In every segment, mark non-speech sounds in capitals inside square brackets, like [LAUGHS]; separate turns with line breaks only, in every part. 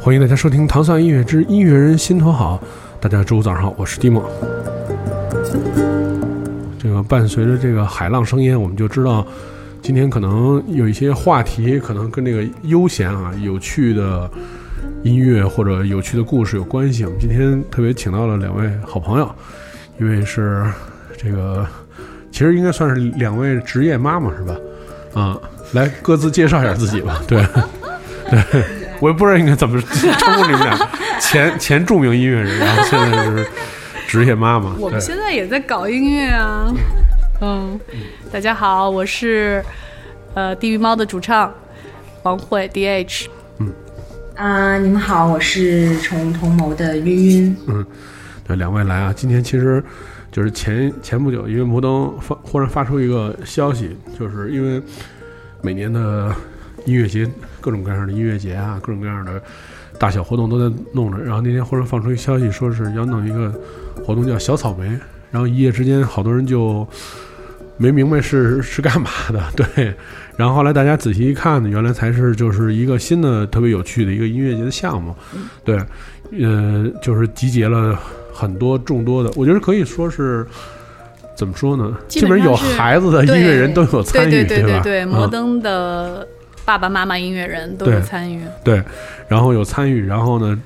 欢迎大家收听《糖蒜音乐之音乐人心头好》。大家周五早上好，我是蒂莫。这个伴随着这个海浪声音，我们就知道今天可能有一些话题，可能跟这个悠闲啊、有趣的音乐或者有趣的故事有关系。我们今天特别请到了两位好朋友，一位是这个，其实应该算是两位职业妈妈是吧？啊，来各自介绍一下自己吧。对，对， [LAUGHS] 我也不知道应该怎么称呼你们俩，前前著名音乐人，然后现在就是职业妈妈。
我
对
们现在也在搞音乐啊。嗯，大家好，我是呃地狱猫的主唱王慧 D H。
啊、你们好，我是宠物同谋的晕晕。
对，两位来啊！今天其实就是前前不久，因为摩登发忽然发出一个消息，就是因为每年的音乐节，各种各样的音乐节啊，各种各样的大小活动都在弄着。然后那天忽然放出一个消息，说是要弄一个活动叫“小草莓”，然后一夜之间好多人就没明白是是干嘛的。对，然后后来大家仔细一看呢，原来才是就是一个新的特别有趣的一个音乐节的项目。对，呃，就是集结了。很多众多的，我觉得可以说是怎么说呢？基
基
本
本
上有
上是
孩子的音乐人都有参与，
对对对
吧？
对对，摩
嗯
登的爸爸妈妈音乐人都有
对
参与。
然后有参与，然后呢，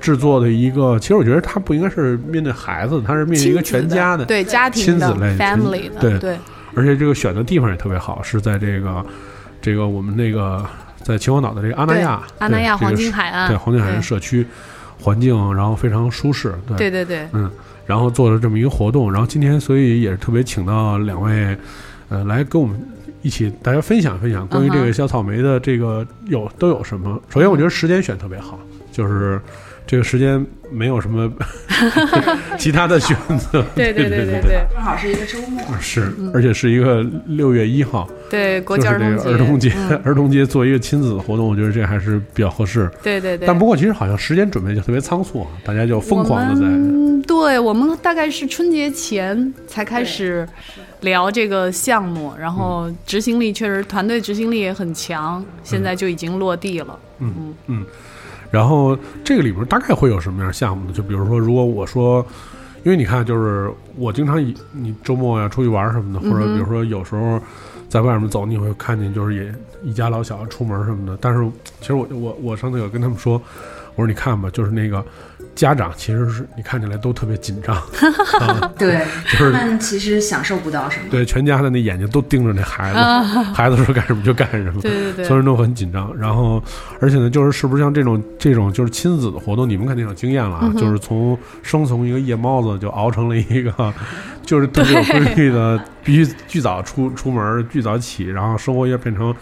制作的一个，其实我觉得他不应该是面对孩子，他是面对一个全家的，
对家庭的
亲子类的
family 的，
对
对
而且这个选的地方也特别好，是在这个这个我们那个在秦皇岛的这个阿那亚
阿那亚
对
黄
这个
金
是
海岸，
对黄金海岸社区，环境然后非常舒适，对
对对对，
然后做了这么一个活动，然后今天所以也是特别请到两位，呃，来跟我们一起大家分享分享关于这
嗯
个
哼
小草莓的这个有都有什么。首先，我觉得时间选特别好，就是这个时间没有什么 [LAUGHS] 其他的选择，
[LAUGHS] 对对对
对
对对
正好是一个周末，
是，而且是一个六月一号，
对，国
就
际
是
儿
这
童
个儿童
节，
节
嗯，
[LAUGHS] 儿童节做一个亲子活动，我觉得这还是比较合适。
对对对。
但不过，其实好像时间准备就特别仓促啊，大家就疯狂的
我
在
们对我们大概是春节前才开始聊这个项目，然后执行力确实团队执行力也很
嗯
强，现在就已经落地了。
然后这个里边大概会有什么样的项目呢？就比如说，如果我说，因为你看，就是我经常以你周末呀、出去玩什么的，或者比如说有时候在外面走，你会看见就是也一家老小出门什么的。但是其实我我我上次有跟他们说，我说你看吧，就是那个家长其实是你看起来都特别紧张，啊、
对
就
他 [LAUGHS]
是
们其实享受不到什么。
对全家的那眼睛都盯着那孩子，孩子说干什么就干什么。
对对对，
嗯所有人都很紧张。然后，而且呢，就是是不是像这种这种就是亲子的活动，你们肯定有经验了
嗯
啊，就是从生从一个夜猫子就熬成了一个，就是特别有规律的，必须巨早出出门，巨早起，然后生活也变成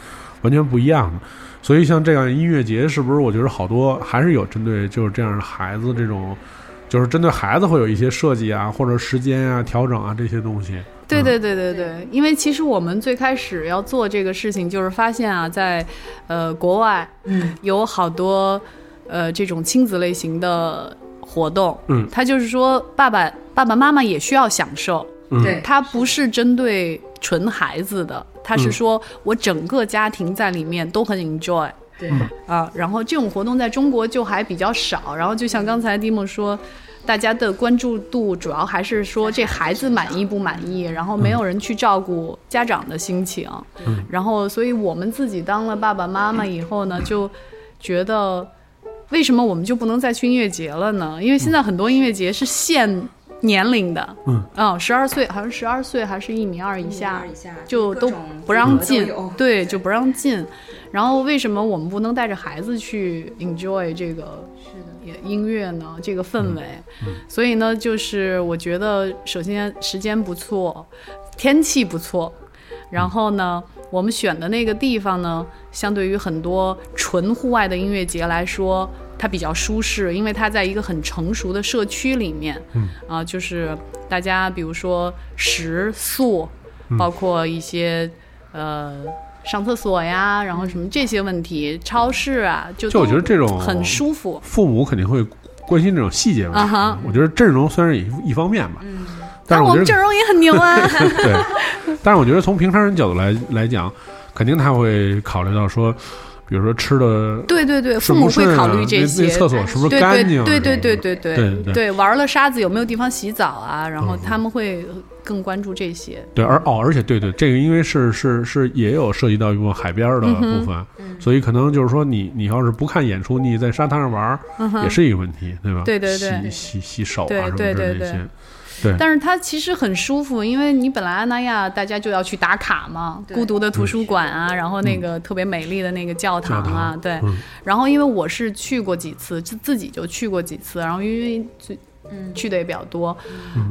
完全不一样的。所以像这样音乐节，是不是我觉得好多还是有针对就是这样的孩子这种。就是针对孩子会有一些设计啊，或者时间啊、调整啊这些东西。
对对对
嗯
对对，因为其实我们最开始要做这个事情，就是发现啊，在呃国外
嗯，
有好多呃这种亲子类型的活动，
嗯
他就是说爸爸爸爸妈妈也需要享受，
嗯
对，
它不是针对纯孩子的，它是
嗯
说我整个家庭在里面都很 enjoy
对，
嗯
啊。然后这种活动在中国就还比较少。然后就像刚才蒂姆说，大家的关注度主要还是说这孩子满意不满意，然后没有人去照顾家长的心情。
嗯
然后，所以我们自己当了爸爸妈妈以后呢，就觉得。为什么我们就不能再去音乐节了呢？因为现在很多音乐节是限年龄的，
嗯，
嗯，十二岁好像十二岁还是一米二以下，
一下
就
各
都
种
不让
风格都
进
有，
对，就不让进。然后为什么我们不能带着孩子去 enjoy 这个音乐呢？这个氛围，所以呢，就是我觉得首先时间不错，天气不错，然后呢，我们选的那个地方呢，相对于很多纯户外的音乐节来说，它比较舒适，因为它在一个很成熟的社区里面，
嗯
啊，就是大家比如说食宿，
嗯
包括一些、呃。上厕所呀，然后什么这些问题，超市啊，就
就我
都
觉得这种
很舒服，
父母肯定会关心这种细节问题。
啊哈
我觉得阵容虽然也一方面吧，
嗯，
嗯但是
我
我
们
觉
阵
得
容也很牛啊。
[LAUGHS]
[LAUGHS]
对，但是我觉得从平常人角度来来讲，肯定他会考虑到说，比如说吃的
对对对，父
顺不
母会
顺啊
考虑这
那
些
那。厕所是不是
对
干净啊？
对对
什么
对
的
对对
对对
对，玩了沙子有没有地方洗澡啊？然后
嗯嗯
他们会更关注这些。
对，而哦，而且对对，这个因为是是是也有涉及到一部分海边
嗯
儿的部分，
嗯
所以可能就是说你你要是不看演出，你在沙滩上玩儿、
嗯哼
也是一个问题，对吧？
对对对
洗洗洗手啊
对
什么之类
对对
的这
对
些，
但是它其实很舒服，因为你本来安那亚大家就要去打卡嘛，
对
孤独的图书馆啊，然后那个特别美丽的那个教堂
嗯教
啊，
堂
对。
嗯
然后因为我是去过几次，自自己就去过几次，然后因为最。去的也比较多，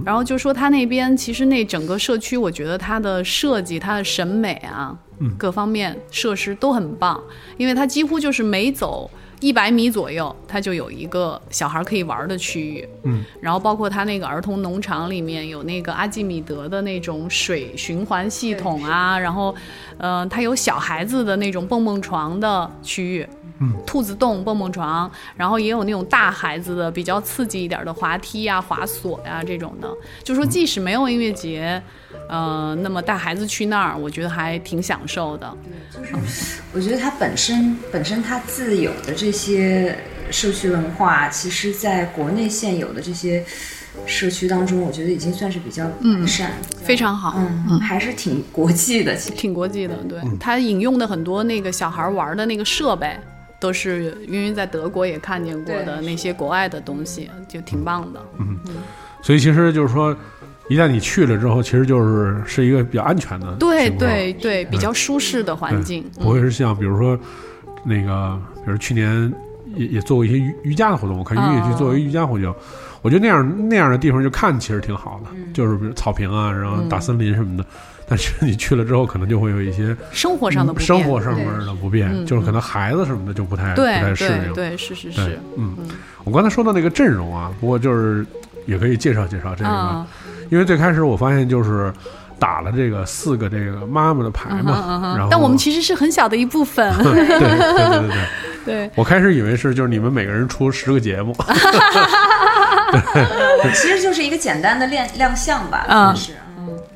然后就说他那边其实那整个社区，我觉得它的设计、它的审美啊，各方面设施都很棒，因为它几乎就是每走一百米左右，它就有一个小孩可以玩的区域。
嗯，
然后包括它那个儿童农场里面有那个阿基米德的那种水循环系统啊，然后，呃，它有小孩子的那种蹦蹦床的区域。
嗯，
兔子洞蹦蹦床，然后也有那种大孩子的比较刺激一点的滑梯啊、滑索呀、这种的。就说即使没有音乐节，呃，那么带孩子去那儿，我觉得还挺享受的。
我觉得它本身本身它自有的这些社区文化，其实在国内现有的这些社区当中，我觉得已经算是比较
嗯
完善，比较
非常好，
嗯，还是挺国际的。其实
挺国际的。对，他引用的很多那个小孩玩的那个设备，都是云云在德国也看见过的
对
那些国外的东西，就挺棒的。
所以其实就是说，一旦你去了之后，其实就是是一个比较安全的
对
情况
对对，比较舒适的环境。
不会是像比如说那个，比如去年也也做过一些瑜瑜伽的活动，我看
啊
云野去做一个瑜伽活动，我觉得那样那样的地方就看其实挺好的，
嗯
就是比如草坪啊，然后大森林什么的。但是你去了之后，可能就会有一些
生活上的不便
生活上面的不便，
嗯
就是可能孩子什么的就不太不
对
太适
对
应。
对是是
对
是，
嗯，我刚才说到那个阵容啊，不过就是也可以介绍介绍这个
啊嗯
吧，因为最开始我发现就是打了这个四个这个妈妈的牌
嗯
嘛，
嗯
然后
但我们其实是很小的一
[LAUGHS]
部分。
对对对对对。
[LAUGHS] 对，
我开始以为是就是你们每个人出十个节目，
其实就是一个简单的亮亮相吧，
嗯
算是。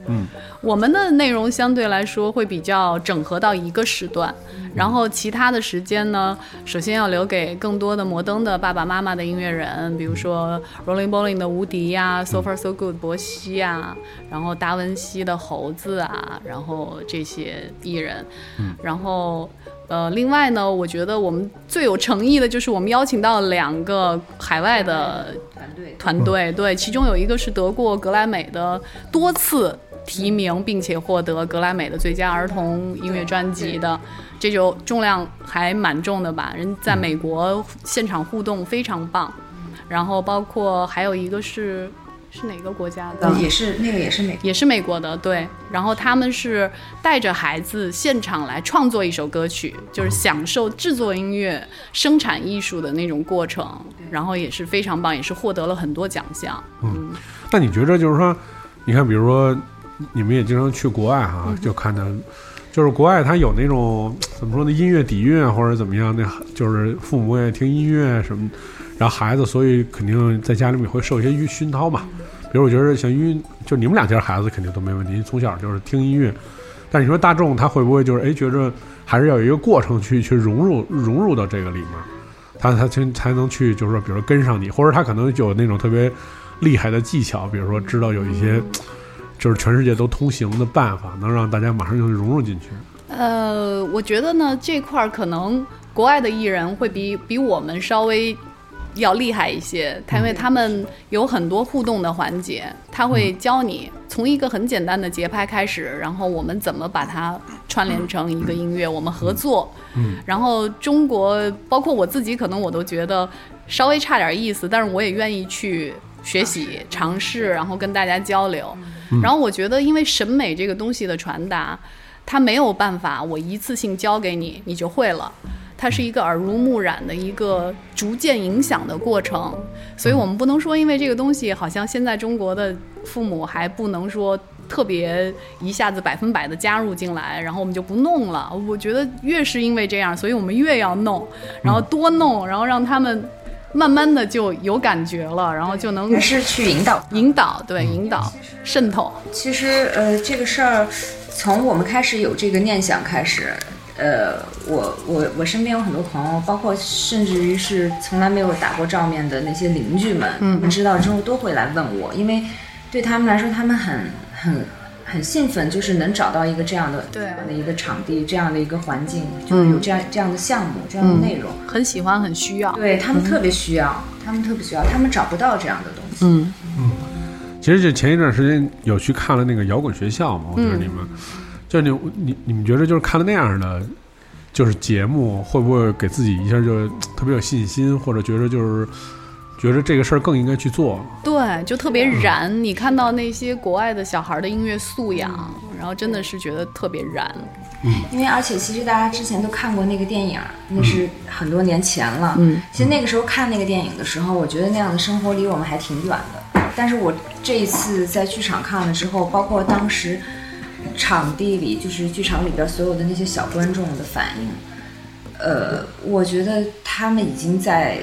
嗯
我们的内容相对来说会比较整合到一个时段，
嗯
然后其他的时间呢，首先要留给更多的摩登的爸爸妈妈的音乐人，比如说
嗯
Rolling Bowling 的无敌呀、s o Far So Good 伯希呀、然后达文西的猴子啊，然后这些艺人，
嗯
然后。呃，另外呢，我觉得我们最有诚意的就是我们邀请到两个海外的
团队
团队，对，其中有一个是得过格莱美的多次提名，并且获得格莱美的最佳儿童音乐专辑的，这就重量还蛮重的吧？人在美国现场互动非常棒，然后包括还有一个是是哪个国家的？
也是那个也是美
也是美国的，对。然后他们是带着孩子现场来创作一首歌曲，就是享受制作音乐、生产艺术的那种过程，然后也是非常棒，也是获得了很多奖项。
那你觉着就是说，你看，比如说你们也经常去国外哈、就看到，就是国外它有那种怎么说呢，音乐底蕴啊或者怎么样，那就是父母也听音乐什么，然后孩子所以肯定在家里面会受一些熏熏陶嘛。比如我觉得像晕，就你们俩家孩子肯定都没问题，从小就是听音乐。但是你说大众他会不会就是哎觉着还是要有一个过程去去融入融入到这个里面，他他才才能去就是说比如说跟上你，或者他可能有那种特别厉害的技巧，比如说知道有一些就是全世界都通行的办法，能让大家马上就融入进去。
呃，我觉得呢，这块儿可能国外的艺人会比比我们稍微要厉害一些，嗯他因为他们有很多互动的环节，他会教你从一个很简单的节拍开始，然后我们怎么把它串联成一个音乐，我们合作。
嗯，
然后中国包括我自己，可能我都觉得稍微差点意思，但是我也愿意去学习、尝试，然后跟大家交流。然后我觉得，因为审美这个东西的传达，它没有办法我一次性教给你，你就会了。它是一个耳濡目染的一个逐渐影响的过程，所以我们不能说，因为这个东西好像现在中国的父母还不能说特别一下子百分百的加入进来，然后我们就不弄了。我觉得越是因为这样，所以我们越要弄，然后多弄，然后让他们慢慢的就有感觉了，然后就能
还是去引导
引导，对，引导渗透。
其实呃，这个事儿从我们开始有这个念想开始，呃，我我我身边有很多朋友，包括甚至于是从来没有打过照面的那些邻居们，他们知道之后都会来问我，因为对他们来说，他们很很很兴奋，就是能找到一个这样的
对
这样的一个场地，这样的一个环境，就是有这样、这样的项目，这样的内容，
很喜欢，很需要。
对他们特别需要，他们特别需要，他们找不到这样的东西。
嗯，
其实就前一段时间有去看了那个摇滚学校嘛，我觉得你们，就你你你们觉得就是看了那样的，就是节目会不会给自己一下就特别有信心，或者觉得就是觉得这个事儿更应该去做？
对，就特别燃。你看到那些国外的小孩的音乐素养，然后真的是觉得特别燃。
因为而且其实大家之前都看过那个电影，那是很多年前了。
嗯，
其实那个时候看那个电影的时候，我觉得那样的生活离我们还挺远的。但是我这一次在剧场看了之后，包括当时场地里，就是剧场里边所有的那些小观众的反应，呃，我觉得他们已经在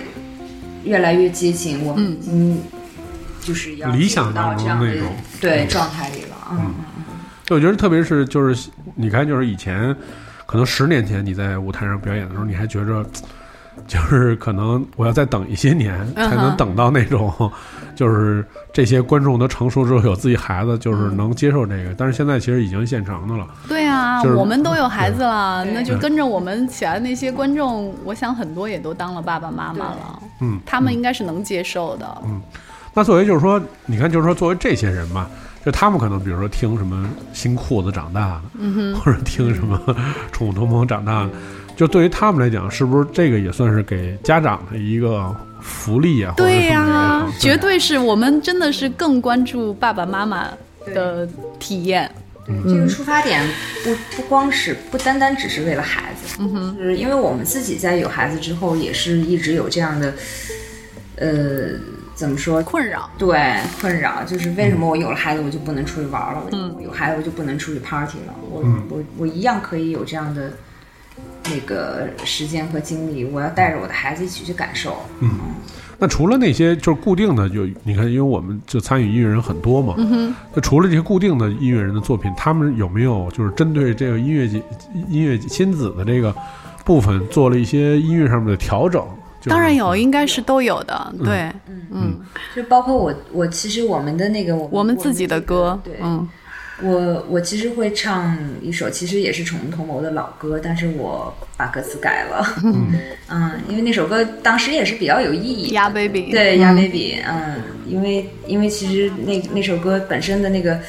越来越接近我们，已经就是要
理想
进入到
当中
这样的
那种
对状态里了。嗯，
对，我觉得特别是就是你看，就是以前可能十年前你在舞台上表演的时候，你还觉着。就是可能我要再等一些年，才
嗯
能
哼
等到那种， [LAUGHS] 就是这些观众都成熟之后有自己孩子，
嗯
就是能接受这个。但是现在其实已经现成的了，
对啊，
就是
我们都有孩子了，
对
那就跟着我们起来的那些观众，我想很多也都当了爸爸妈妈了，
嗯，
他们应该是能接受的。
那作为就是说，你看，就是说，作为这些人吧，就他们可能比如说听什么新裤子长大的，
嗯
或者听什么宠物同盟长大的，就对于他们来讲，是不是这个也算是给家长的一个福利啊？或者
对
什
呀、
么的
绝对是我们真的是更关注爸爸妈妈的体验。
这
嗯
个出发点不不光是不单单只是为了孩子，
嗯
就是因为我们自己在有孩子之后，也是一直有这样的，呃，怎么说？
困扰，
对，困扰就是为什么我有了孩子我就不能出去玩了，
嗯
我有孩子我就不能出去 party 了，我我我一样可以有这样的那个时间和精力，我要带着我的孩子一起去感受。
那除了那些就是固定的，就你看，因为我们就参与音乐人很多嘛，
嗯
那除了这些固定的音乐人的作品，他们有没有就是针对这个音乐节、音乐亲子的这个部分做了一些音乐上面的调整？就是
当然有，应该是都有的。对，嗯，
就包括我，我其实我们的那个我们
我们自己的
这个
歌
对，，
嗯，
我我其实会唱一首，其实也是宠物同谋的老歌，但是我把歌词改了。 [LAUGHS] 嗯因为那首歌当时也是比较有意义。
鸭 baby，
对，压 baby，嗯，因为因为其实那那首歌本身的那个，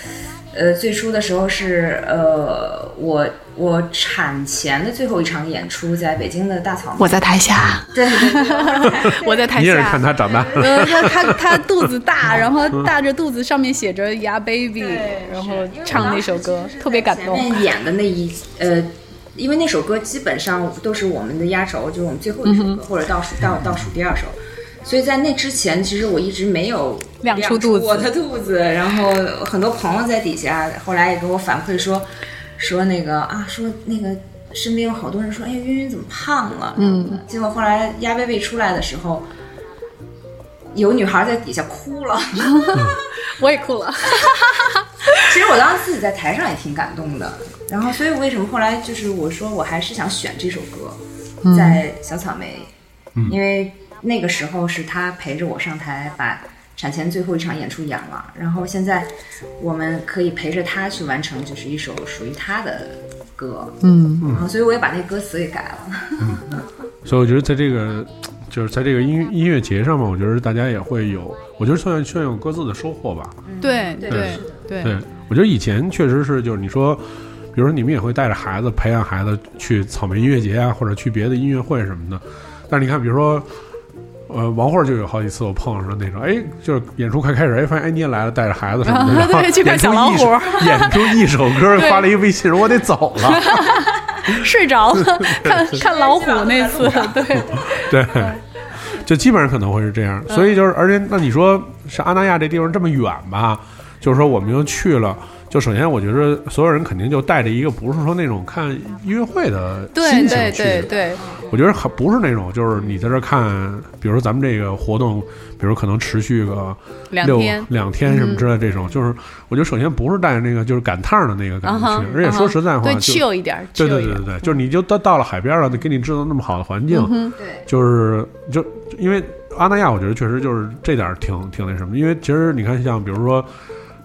呃，最初的时候是呃，我我产前的最后一场演出在北京的大草
我
莓，
在台 [LAUGHS] 下，
对对对，
我在台
你也是
下
看。他长
[LAUGHS]
大。 [LAUGHS]
呃，他他他肚子大，
嗯
然后大着肚子上面写着“牙 baby”，然后唱那首歌，特别感动。[LAUGHS]
前面演的那一呃，因为那首歌基本上都是我们的压轴，就是我们最后一
嗯
首歌、或者倒数倒倒数第二首。所以在那之前，其实我一直没有
亮出
出
肚子
我的肚子。然后很多朋友在底下，后来也给我反馈说，说那个啊，说那个身边有好多人说，哎，晕晕怎么胖了？嗯，结果后来鸭 baby 出来的时候，有女孩在底下哭了。
我也哭了。
其实我当时自己在台上也挺感动的，然后所以为什么后来就是我说我还是想选这首歌，
嗯
在小草莓，因为那个时候是他陪着我上台把产前最后一场演出演了，然后现在我们可以陪着他去完成就是一首属于他的歌，嗯，然后所以我也把那歌词给改
嗯
了，
所以我觉得在这个就是在这个音音乐节上面，我觉得大家也会有，我觉得算算有各自的收获吧。
对
嗯对
对
是的
对
对， [LAUGHS] 我觉得以前确实是就是你说，比如说你们也会带着孩子培养孩子去草莓音乐节啊，或者去别的音乐会什么的。但是你看，比如说。呃，王慧儿就有好几次我碰上的那种，哎，就是演出快开始，哎，发现哎你也来了，带着孩子什
[LAUGHS]
么的，然后
对去看
演出
小老
一
虎
首，演出一首歌，
[LAUGHS] 对
发了一微信说我得走
[LAUGHS]
了，
睡着了，看看老虎那次，对，
[LAUGHS] 对，就基本上可能会是这样。所以就是，而且那你说是阿那亚这地方这么远吧，就是说我们又去了。就首先，我觉得所有人肯定就带着一个不是说那种看音乐会的
对
心情
对
去
对对，
我觉得还不是那种，就是你在这儿看，比如说咱们这个活动，比如可能持续个
两
六
天，嗯
两天什么之类的这种，就是我觉得首先不是带着那个就是赶趟儿的那个
啊
感觉去，而且说实在话，
对
就
，chill 一点儿，
对
chill
对
一嗯
对
点
对
儿，
对，就是你就到到了海边儿了，给你制造那么好的环境，
对，
就是就因为阿那亚，我觉得确实就是这点儿挺挺那什么的，因为其实你看，像比如说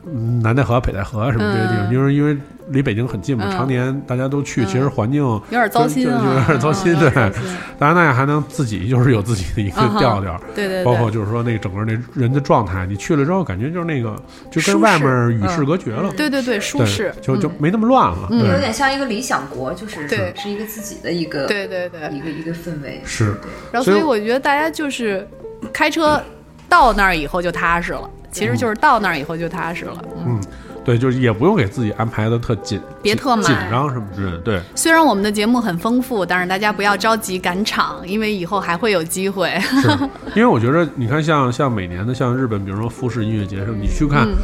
嗯南戴河、北戴河什么这些地方，
嗯
因为因为离北京很近嘛，
嗯
常年大家都去，
嗯
其实环境
有点糟心
就就
啊，
有点糟
嗯
心
有点
对
糟心
大家那样还能自己就是有自己的一个
嗯哼
调调，
对对，对
包括就是说那个整个那人的状态，你去了之后感觉就是那个就
舒适
跟外面与世
嗯
隔绝了，
对对对，舒
对
适，
就就
嗯
没那么乱了，
有
对，
点像一个理想国，就是
对
是一个自己的一个
对对对。
一个一个氛围。
是。
然后
所
所
以
以我觉得大家就是开车到那儿以后就踏实了，其实就是到那儿以后就踏实了。嗯
对，就是也不用给自己安排的特紧，
别特满
紧张什么之类的。对，
虽然我们的节目很丰富，但是大家不要着急赶场，因为以后还会有机会。 [LAUGHS]
是因为我觉得你看像，像每年的像日本，比如说富士音乐节什么，你去看，
嗯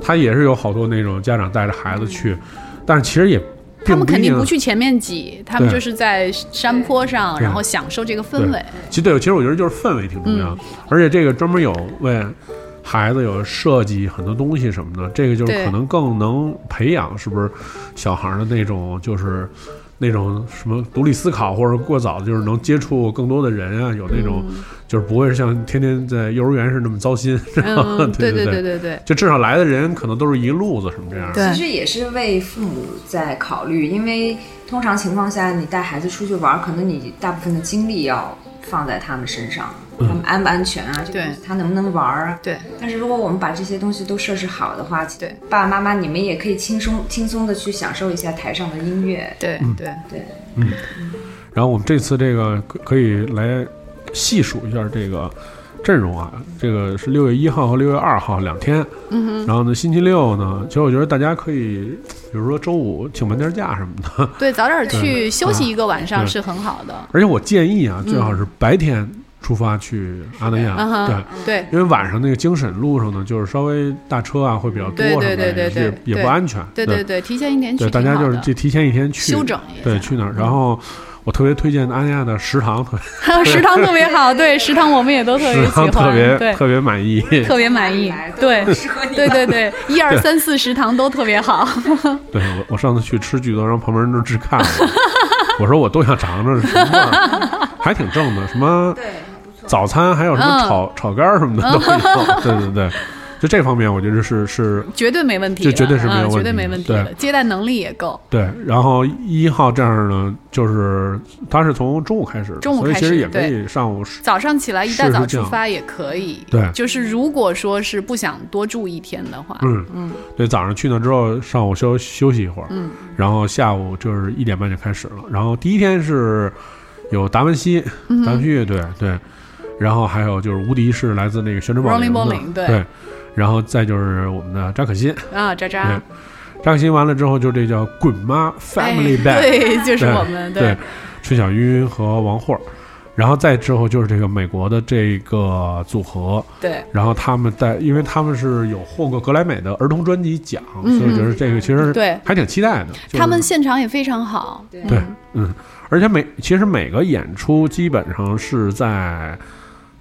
他也是有好多那种家长带着孩子去，但是其实也
他
并
们肯
一
定
定
不。去前面挤，他们
对
就是在山坡上，
对
然后享受这个氛围。
其实对，其实我觉得就是氛围挺重要，
嗯
而且这个专门有为孩子有设计很多东西什么的，这个就是
对
可能更能培养是不是小孩儿的那种就是。那种什么独立思考，或者过早的就是能接触更多的人啊，有那种、就是不会像天天在幼儿园是那么糟心，
嗯，
对
对
对
对对对，
就至少来的人可能都是一路子什么这样。
对
其实也是为父母在考虑，因为通常情况下，你带孩子出去玩，可能你大部分的精力要放在他们身上，他们安不安全啊，这个
嗯对
东西他能不能玩啊。
对
但是如果我们把这些东西都设置好的话，
对
爸爸妈妈你们也可以轻松轻松的去享受一下台上的音乐。
对
嗯
对，
对，
然后我们这次这个可可以来细数一下这个阵容啊，这个是六月一号和六月二号两天。嗯然后呢，星期六呢，其实我觉得大家可以，比如说周五请半天假什么的。 [LAUGHS]
对，早点去休息一个晚上
对
是很好的。
而且我建议啊，最好是白天出发去阿那亚，
嗯哼
对。
对
因为晚上那个京沈路上呢，就是稍微大车啊会比较多
对
什么的，
对对对
也
对
也
对
不安全。
对对对，提前一点去
对，
挺
大
好
家
的，
就是就提前一天去
休整一下嗯
对，去那儿。然后我特别推荐安亚的食堂，特别
[LAUGHS] 食堂特别好，对，食堂我们也都特别
[LAUGHS] 食
喜欢，
堂特别
对，
特别满
[LAUGHS]
意。
特别满意
来，都
对
好。适合你
对
吧
对对，一二三四食堂都特别好，
对我，我上次去吃巨多，然后旁边人都直看我， [LAUGHS] 我说我都想尝尝是什么味儿，还挺正的。什么
对，还不错。
早餐还有什么
嗯
炒炒肝儿什么的
[LAUGHS]
都有。对对对，就这方面我觉得是是
绝对没问题
这
的，
绝对是没有问
嗯绝对
题
没
的
问题
对
的，接待能力也够。
对。然后一号这样呢，就是它是从中午开始的，
中午
所以
开
其实
始
也可
对
以上午十。
早上起来一
是
大
是
早
这
出
样
发也可以，
对
就是如果说是不想多住一天的话，
嗯对，早上去那之后，上午休休息一会儿，
嗯，
然后下午就是一点半就开始了。然后第一天是有达文西，
嗯
达文西乐队，对，然后还有就是无敌是来自那个旋转宝
Rolling
铃的
Bowling，对
对，然后再就是我们的扎可欣，
啊，渣渣，
扎可欣完了之后就这叫滚妈
哎
Family Band，、
对，就是
对
我们，
对，春晓晕和王慧儿，然后再之后就是这个美国的这个组合，
对，
然后他们在，因为他们是有获过格莱美的儿童专辑奖，
嗯
所以我觉得这个其实
对
还挺期待的。就是
他们现场也非常好，
对
对
嗯，
嗯，而且每其实每个演出基本上是在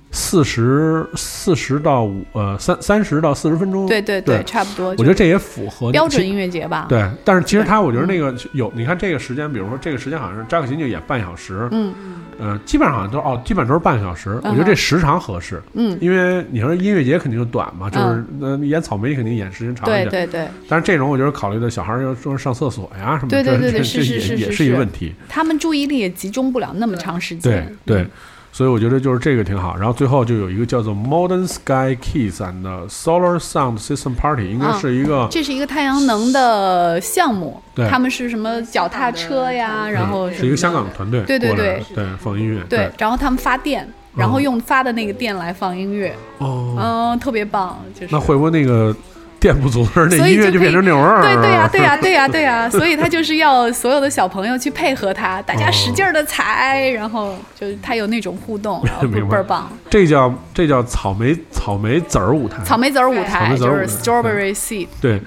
四十四十到五呃三三十到四十分钟。
对对
对
差不多，
我觉得这也符合
标准
其
音乐节吧，
对，但是其实
对
他，我觉得那个有，你看这个时间，比如说这个时间好像是扎克琴就演半小时，
嗯，
呃，基本上好像都哦，基本上都是半小时。我
嗯
觉得这时长合适，
嗯，
因为你说音乐节肯定就短嘛，就是呃演草莓肯定演时间长一
对
点，
对对，
但是这种我觉得考虑到小孩儿要说上厕所呀什么，
对对
这
对对
这
是是
这也
是
也
是
是一
是
个问题，
他们注意力也集中不了那么长时
对
间，
对。所以我觉得就是这个挺好，然后最后就有一个叫做 Modern Sky Kids and Solar Sound System Party，应该
嗯
是一个
这是一个太阳能的项目
对，
他们是什么脚踏车呀，
嗯
然后什
是一
么
个香港团队
对对
过来
对
的对放音乐
对，然后他们发电，然后
嗯
用发的那个电来放音乐，
哦
嗯，特别棒，就是
那会不会那个电不足的时候，那
所以
音乐
就
就变
可以
成那种味儿？
对对呀、对呀、对呀、对呀、所以他就是要所有的小朋友去配合他，大家使劲儿的踩，然后就是他有那种互动，然后
明白
倍儿棒。
[LAUGHS] 这叫这叫草莓草莓籽儿舞台。
草莓籽儿舞台
草莓籽
就
儿舞台
是 Strawberry Seed，
对，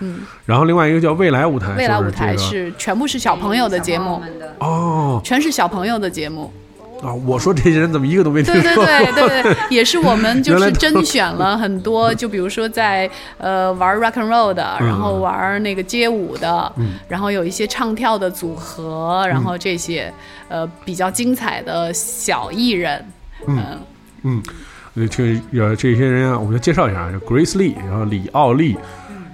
然后另外一个叫未来舞台，
未来
就
舞台
这个
是全部是小朋友的节
小
目
朋友，们的
哦，
全是小朋友的节目。
啊，我说这些人怎么一个都没听
对
说？
对对对对，也是我
[LAUGHS]
们就
原来
是
都嗯
甄选了很多，就比如说在呃玩 rock and roll 的，然后玩那个街舞的，
嗯
然后有一些唱跳的组合，然后这些呃比较精彩的小艺人，嗯，
嗯，呃，这呃这些人啊，我们介绍一下啊，就 Grace Lee，然后李奥利，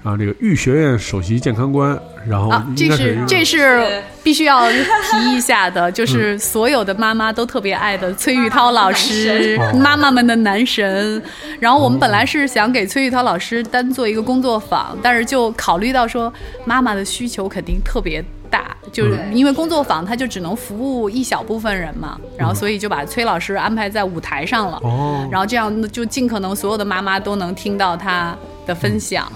然后这个育学院首席健康官，然后
嗯
哦
啊，
应
这
该
是
一个
这是必须要提一下的，就是所有的妈妈都特别爱的崔玉涛老师，
哦
妈妈们的男神。然后我们本来是想给崔玉涛老师单做一个工作坊，但是就考虑到说妈妈的需求肯定特别大，就是
嗯
因为工作坊它就只能服务一小部分人嘛，然后所以就把崔老师安排在舞台上了。
嗯哦
然后这样呢就尽可能所有的妈妈都能听到她的分享，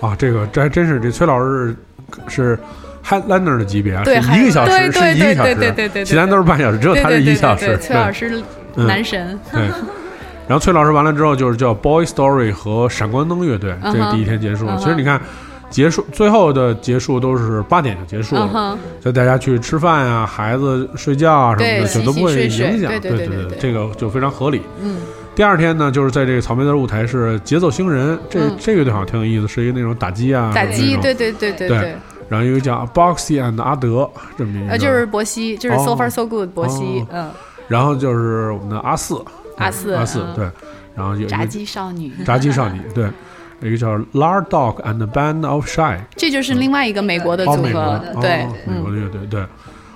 啊，这个这还真是这崔老师是 Headliner 的级别啊，是
对
一个小时
对
是
对
一个小时，
对对对对对
其他都是半小时，只有
对
他
对
是一
对
小
对
时
对，。崔老师
嗯
男神。
对， [LAUGHS] 然后崔老师完了之后就是叫 Boy Story 和闪光灯乐队，这
嗯
是
哼
第一天结束。
嗯哼
其实你看，结束最后的结束都是八点就结束
嗯
了
哼，
就大家去吃饭呀、孩子睡觉啊什么的，
对
就都不会
洗洗睡睡
影响。
对
对
对对
对
对对
这个就非常合理。
嗯。
第二天呢，就是在这个草莓的舞台是节奏星人，这
嗯
这个乐队好像挺有意思，是一个那种打击啊，
打
什
击，
么那种
对。对对对
对，然后一个叫 Boxy and 阿德这么一个，
呃，就是伯希，就是
嗯哦
so far so good，伯希，嗯，
然后就是我们的阿四，
阿四
阿四
嗯
对，然后有一
炸
个
鸡少女，
炸鸡少女，对，一个叫 Lar Dog and the Band of Shy，
这就是另外一个美国的
哦，
组
美国
合
的，，
对
哦，美国
嗯，
的乐队，对。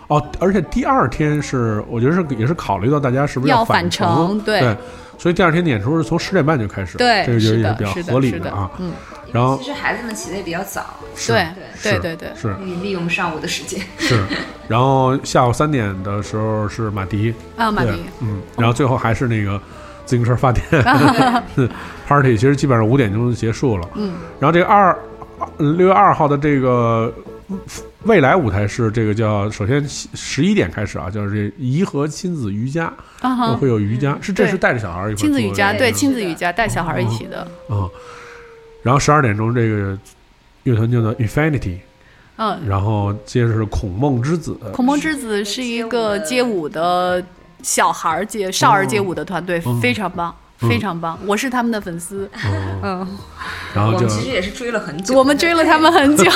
哦，而且第二天是，我觉得是也是考虑到大家是不是
要
返
返程对
所以第二天的演出是从十点半就开始，
对
这个就是
是
也
的
比较
是的
合理
是的
啊。
嗯，
然后
其实孩子们起的也比较早，
是
对
是
对对对，
是
可以利用上午的时间。
是，然后下午三点的时候是马迪，
啊，马
对，
迪，
嗯，然后最后还是那个自行车发电
[LAUGHS]
party，其实基本上五点钟就结束了。
嗯，
然后这个二六月二号的这个嗯未来舞台是这个叫，首先十一点开始啊，就是这颐和亲子瑜伽、
啊哈，
会有瑜伽，是这
对
是带着小孩儿一块儿
亲子
哦做
瑜伽，
的
对，
嗯
亲子瑜伽带小孩一起的，
嗯，然后十二点钟这个乐团叫做 Infinity，
嗯，
然后接着是孔孟之子，
孔孟之子是一个街舞的小孩儿街少儿街舞的团队
嗯，
非常棒。
嗯
非常棒，我是他们的粉丝， [LAUGHS]
嗯，
嗯，
然后
我
就
们其实也是追了很久，
我们追了他们很久，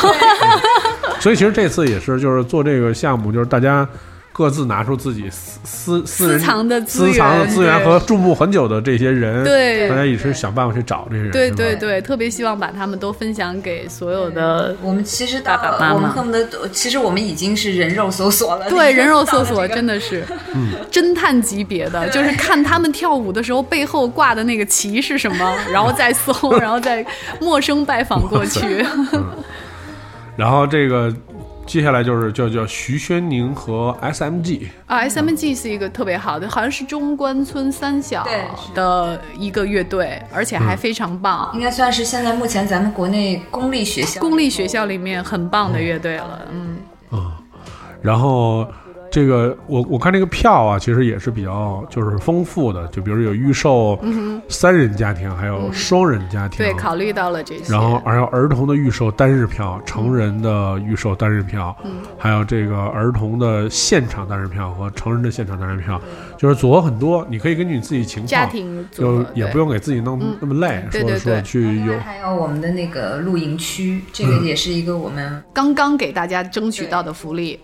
所以其实这次也是，就是做这个项目，就是大家各自拿出自己私私私
私
人
藏的资
私
源，
藏的资源
对
和注目很久的这些人，，
对
大家一直想办法去找这些人，
对
是吧
对对，特别希望把他们都分享给所有的。
我们其实到
爸爸妈妈
我们恨不得都，其实我们已经是人肉搜索了。
对，人肉搜索
[LAUGHS] 到了这个
真的是
嗯
侦探级别的，就是看他们跳舞的时候背后挂的那个旗是什么，然后再搜，然后再陌生拜访过去。
然后这个接下来就是叫叫徐轩宁和 SMG，
[LAUGHS] 啊，SMG 是一个特别好的，好像是中关村三小
对是嗯
的一个乐队，而且
嗯
还非常棒，
应该算是现在目前咱们国内公立学校
公立学校里面很棒的乐队了。嗯，
然后。这个我我看这个票啊，其实也是比较就是丰富的，就比如有预售三人家庭，还有双人家庭，
嗯对，考虑到了这些。
然后还有儿童的预售单日票、成人的预售单日票，
嗯
还有这个儿童的现场单日票和成人的现场单日票，就是组合很多，你可以根据你自己情
嗯家
况，
庭组
就
合
也
对嗯
不用给自己弄那么累，
对
说
对嗯
说
对
去有
另外还有我们的那个露营区，这个也是一个我们
刚刚给大家争取到的福利。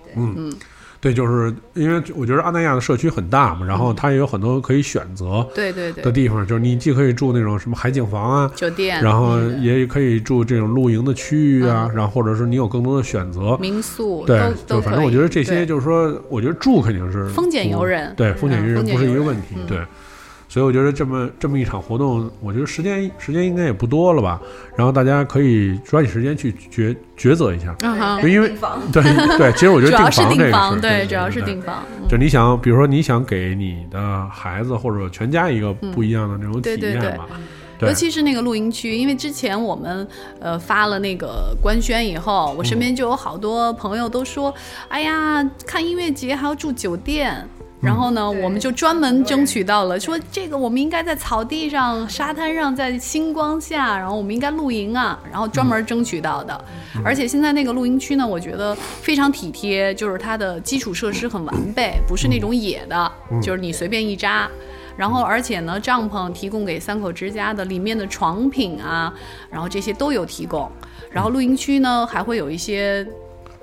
对，就是因为我觉得安那亚的社区很大嘛，然后它也有很多可以选择
对对
的
对，
地方，就是你既可以住那种什么海景房啊，
酒店、
然后也可以住这种露营的区域
嗯
啊，然后或者是你有更多的选择，
民宿
对
都，
就
都
反
可
正
以。
我觉得这些
对
就是说，我觉得住肯定是
风俭
不
由人
对，风俭由
嗯
人
风
不
俭
是一
由
个
人
问题，对。所以我觉得这么这么一场活动，我觉得时间时间应该也不多了吧，然后大家可以抓紧时间去抉抉择一下。
嗯哼，
因为
订房
[LAUGHS]
对对，其实我觉
主
得
要是
房这
订
个事儿
房，对，主要是。
对
订房。嗯
就你想，比如说你想给你的孩子或者全家一个不一样的那种体
嗯对对
验
对
嘛，对
尤其是那个露营区，因为之前我们呃发了那个官宣以后，我
嗯
身边就有好多朋友都说，哎呀，看音乐节还要住酒店。然后呢，
对
我们就专门争取到了，说这个我们应该在草地上、沙滩上，在星光下，然后我们应该露营啊，然后专门争取到的。而且现在那个露营区呢，我觉得非常体贴，就是它的基础设施很完备，不是那种野的，就是你随便一扎。然后，而且呢，帐篷提供给三口之家的，里面的床品啊，然后这些都有提供。然后露营区呢，还会有一些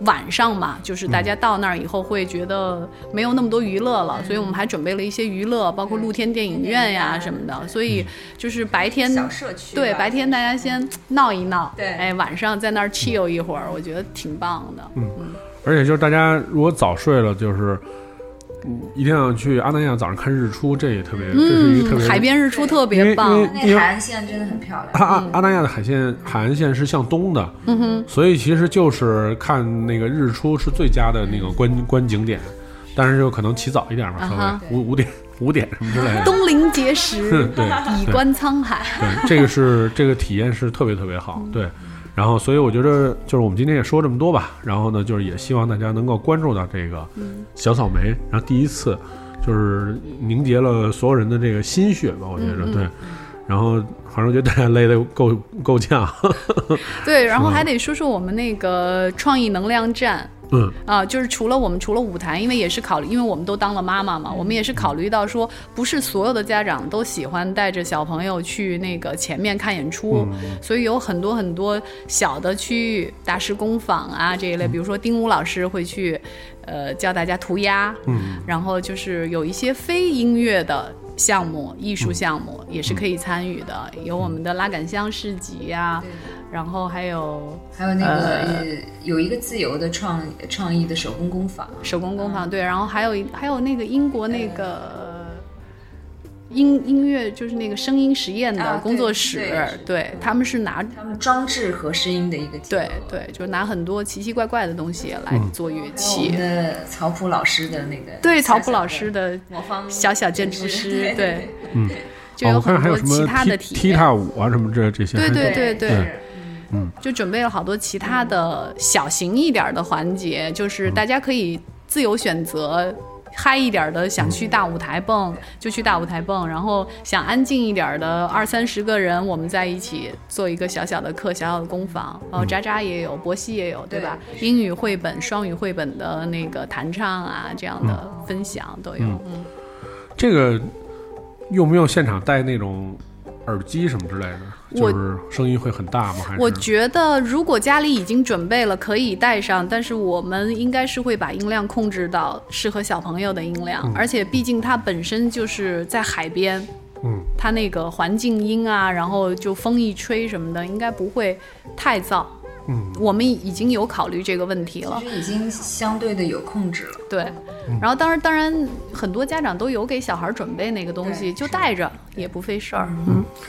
晚上嘛，就是大家到那儿以后会觉得没有那么多娱乐了，所以我们还准备了一些娱乐，包括露天电影院呀、什么的。所以就是白天
嗯小社区吧
对白天大家先闹一闹，
对
哎，晚上在那儿 chill 一会儿，我觉得挺棒的。
而且就是大家如果早睡了，就是嗯一定要去阿那亚早上看日出，这也特别，这是一个特
嗯，
别
海边日出特
因
别
为因
棒
为。
那海岸线真的很漂亮。
阿阿阿那亚的海线海岸线是向东的，嗯哼，所以其实就是看那个日出是最佳的那个观观景点，但是就可能起早一点吧，
啊
稍
哈
微五五点五点什么之类
[LAUGHS]
的。
东临碣石
嗯，对，
以观沧海。
对，这个是这个体验是特别特别好，对。然后，所以我觉得就是我们今天也说这么多吧。然后呢，就是也希望大家能够关注到这个小草莓。然后第一次就是凝结了所有人的这个心血吧，我觉着对。然后反正我觉得大家累得够够呛，
对，然后还得说说我们那个创意能量站。
嗯
啊，就是除了我们除了舞台，因为也是考虑，因为我们都当了妈妈嘛，我们也是考虑到说，不是所有的家长都喜欢带着小朋友去那个前面看演出，所以有很多很多小的区域，大师工坊啊这一类，比如说丁武老师会去，呃，教大家涂鸦，
嗯，
然后就是有一些非音乐的项目、艺术项目也是可以参与的，有我们的拉杆箱市集呀、然后还有
还有那个、呃、有一个自由的创创意的手工工坊，
手工工
嗯
坊，对，然后还有一还有那个英国
呃
那个。音音乐就是那个声音实验的
啊
工作室，
对对
对他们是拿
他们装置和声音的一个结合
对对，就是拿很多奇奇怪怪的东西来做乐
还嗯哦有我
器，
们的曹普老师的那个
对
小
曹
小
普老师的
魔方
小小建筑师，对，
嗯，
就
哦
有
我看
很
还有
多
什
其
么
他的体
踢踢
验，
踏舞啊什么这这些，
对
还
对
有
对
对
对，就准备了好多其他的小型一点的环节，就是大家可以自由选择。嗨一点的，想去大舞台蹦就去大舞台蹦，然后想安静一点的，二三十个人，我们在一起做一个小小的课，小小的工坊。哦，渣渣也有，博西也有，对吧？英语绘本、双语绘本的那个弹唱啊，这样的分享都有。嗯，
这个用不用现场带那种耳机什么之类的？
我
就是声音会很大吗？还是
我觉得如果家里已经准备了，可以带上，但是我们应该是会把音量控制到适合小朋友的音量，而且毕竟它本身就是在海边，
嗯，
它那个环境音啊，然后就风一吹什么的，应该不会太噪。
嗯，
我们已经有考虑这个问题了
其。实已经相对的有控制了。
对，然后当然当然，很多家长都有给小孩准备那个东西，
对
就带着也不费事儿。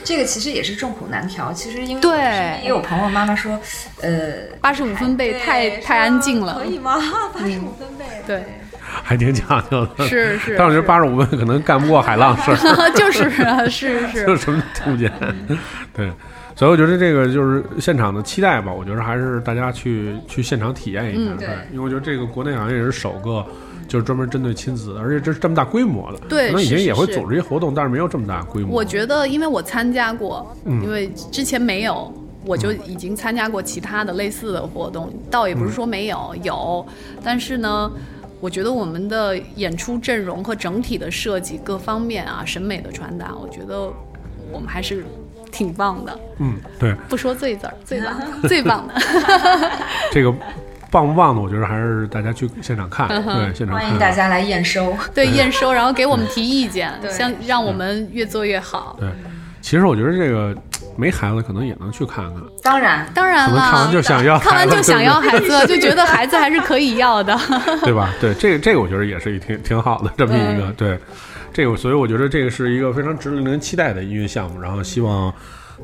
这个其实也是众苦难调。其实因为
对
我身边也有朋友妈妈说，呃，哎
八十五分贝太太安静了嗯
可，以吗？ [LAUGHS] 八十五分贝，
对，
还挺讲究 [LAUGHS] 的。
是是。
但我觉得
是
八十五分可能干不过海浪
[LAUGHS]
事儿，
就是啊，是，
就是什么都听不见。 [LAUGHS] 对，所以我觉得这个就是现场的期待吧。我觉得还是大家去去现场体验一下，
嗯
对
对，
因为我觉得这个国内好像也是首个。就是专门针对亲子，而且这是这么大规模的，
对
可能以前
是是
也会
是
组织一些活动，但是没有这么大规模。
我觉得因为我参加过，
嗯
因为之前没有。我就已经参加过其他的类似的活动，倒也不是说没有，
嗯
有，但是呢，我觉得我们的演出阵容和整体的设计各方面啊，审美的传达，我觉得我们还是挺棒的。
嗯，对，
不说
[LAUGHS]
最字儿，最棒的，最棒的。
这个棒不棒的，我觉得还是大家去现场看，
嗯
对，现场
欢迎大
看。
家来验收。
对，验收，然后给我们提意见，
对
像让我们越做越好。
对，其实我觉得这个没孩子可能也能去看看，
当然，
当然
可能
了，
看完就想要
嗯看完
孩
就
子
想要孩子，就觉得孩子还是可以要的。
对吧？对，这个这个我觉得也是一挺挺好的这么一个对，这个所以我觉得这个是一个非常值得令人期待的音乐项目，然后希望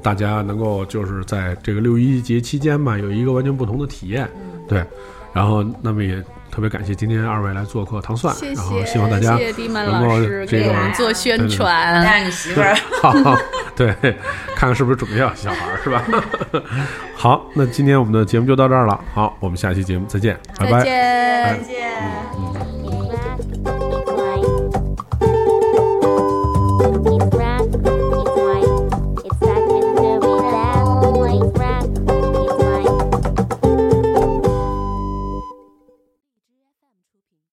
大家能够就是在这个六一节期间吧，有一个完全不同的体验，
嗯
对，然后那么也特别感谢今天二位来做客糖蒜，
谢
然后
谢，
希望大家
谢谢迪曼
能
老
够
师
这
给
个
我们做宣传。
带上你媳妇儿。
好， [LAUGHS] 对，看看是不是准备要小孩儿是吧？ [LAUGHS] 好，那今天我们的节目就到这儿了，好，我们下期节目再见，拜拜。
再见。
再见。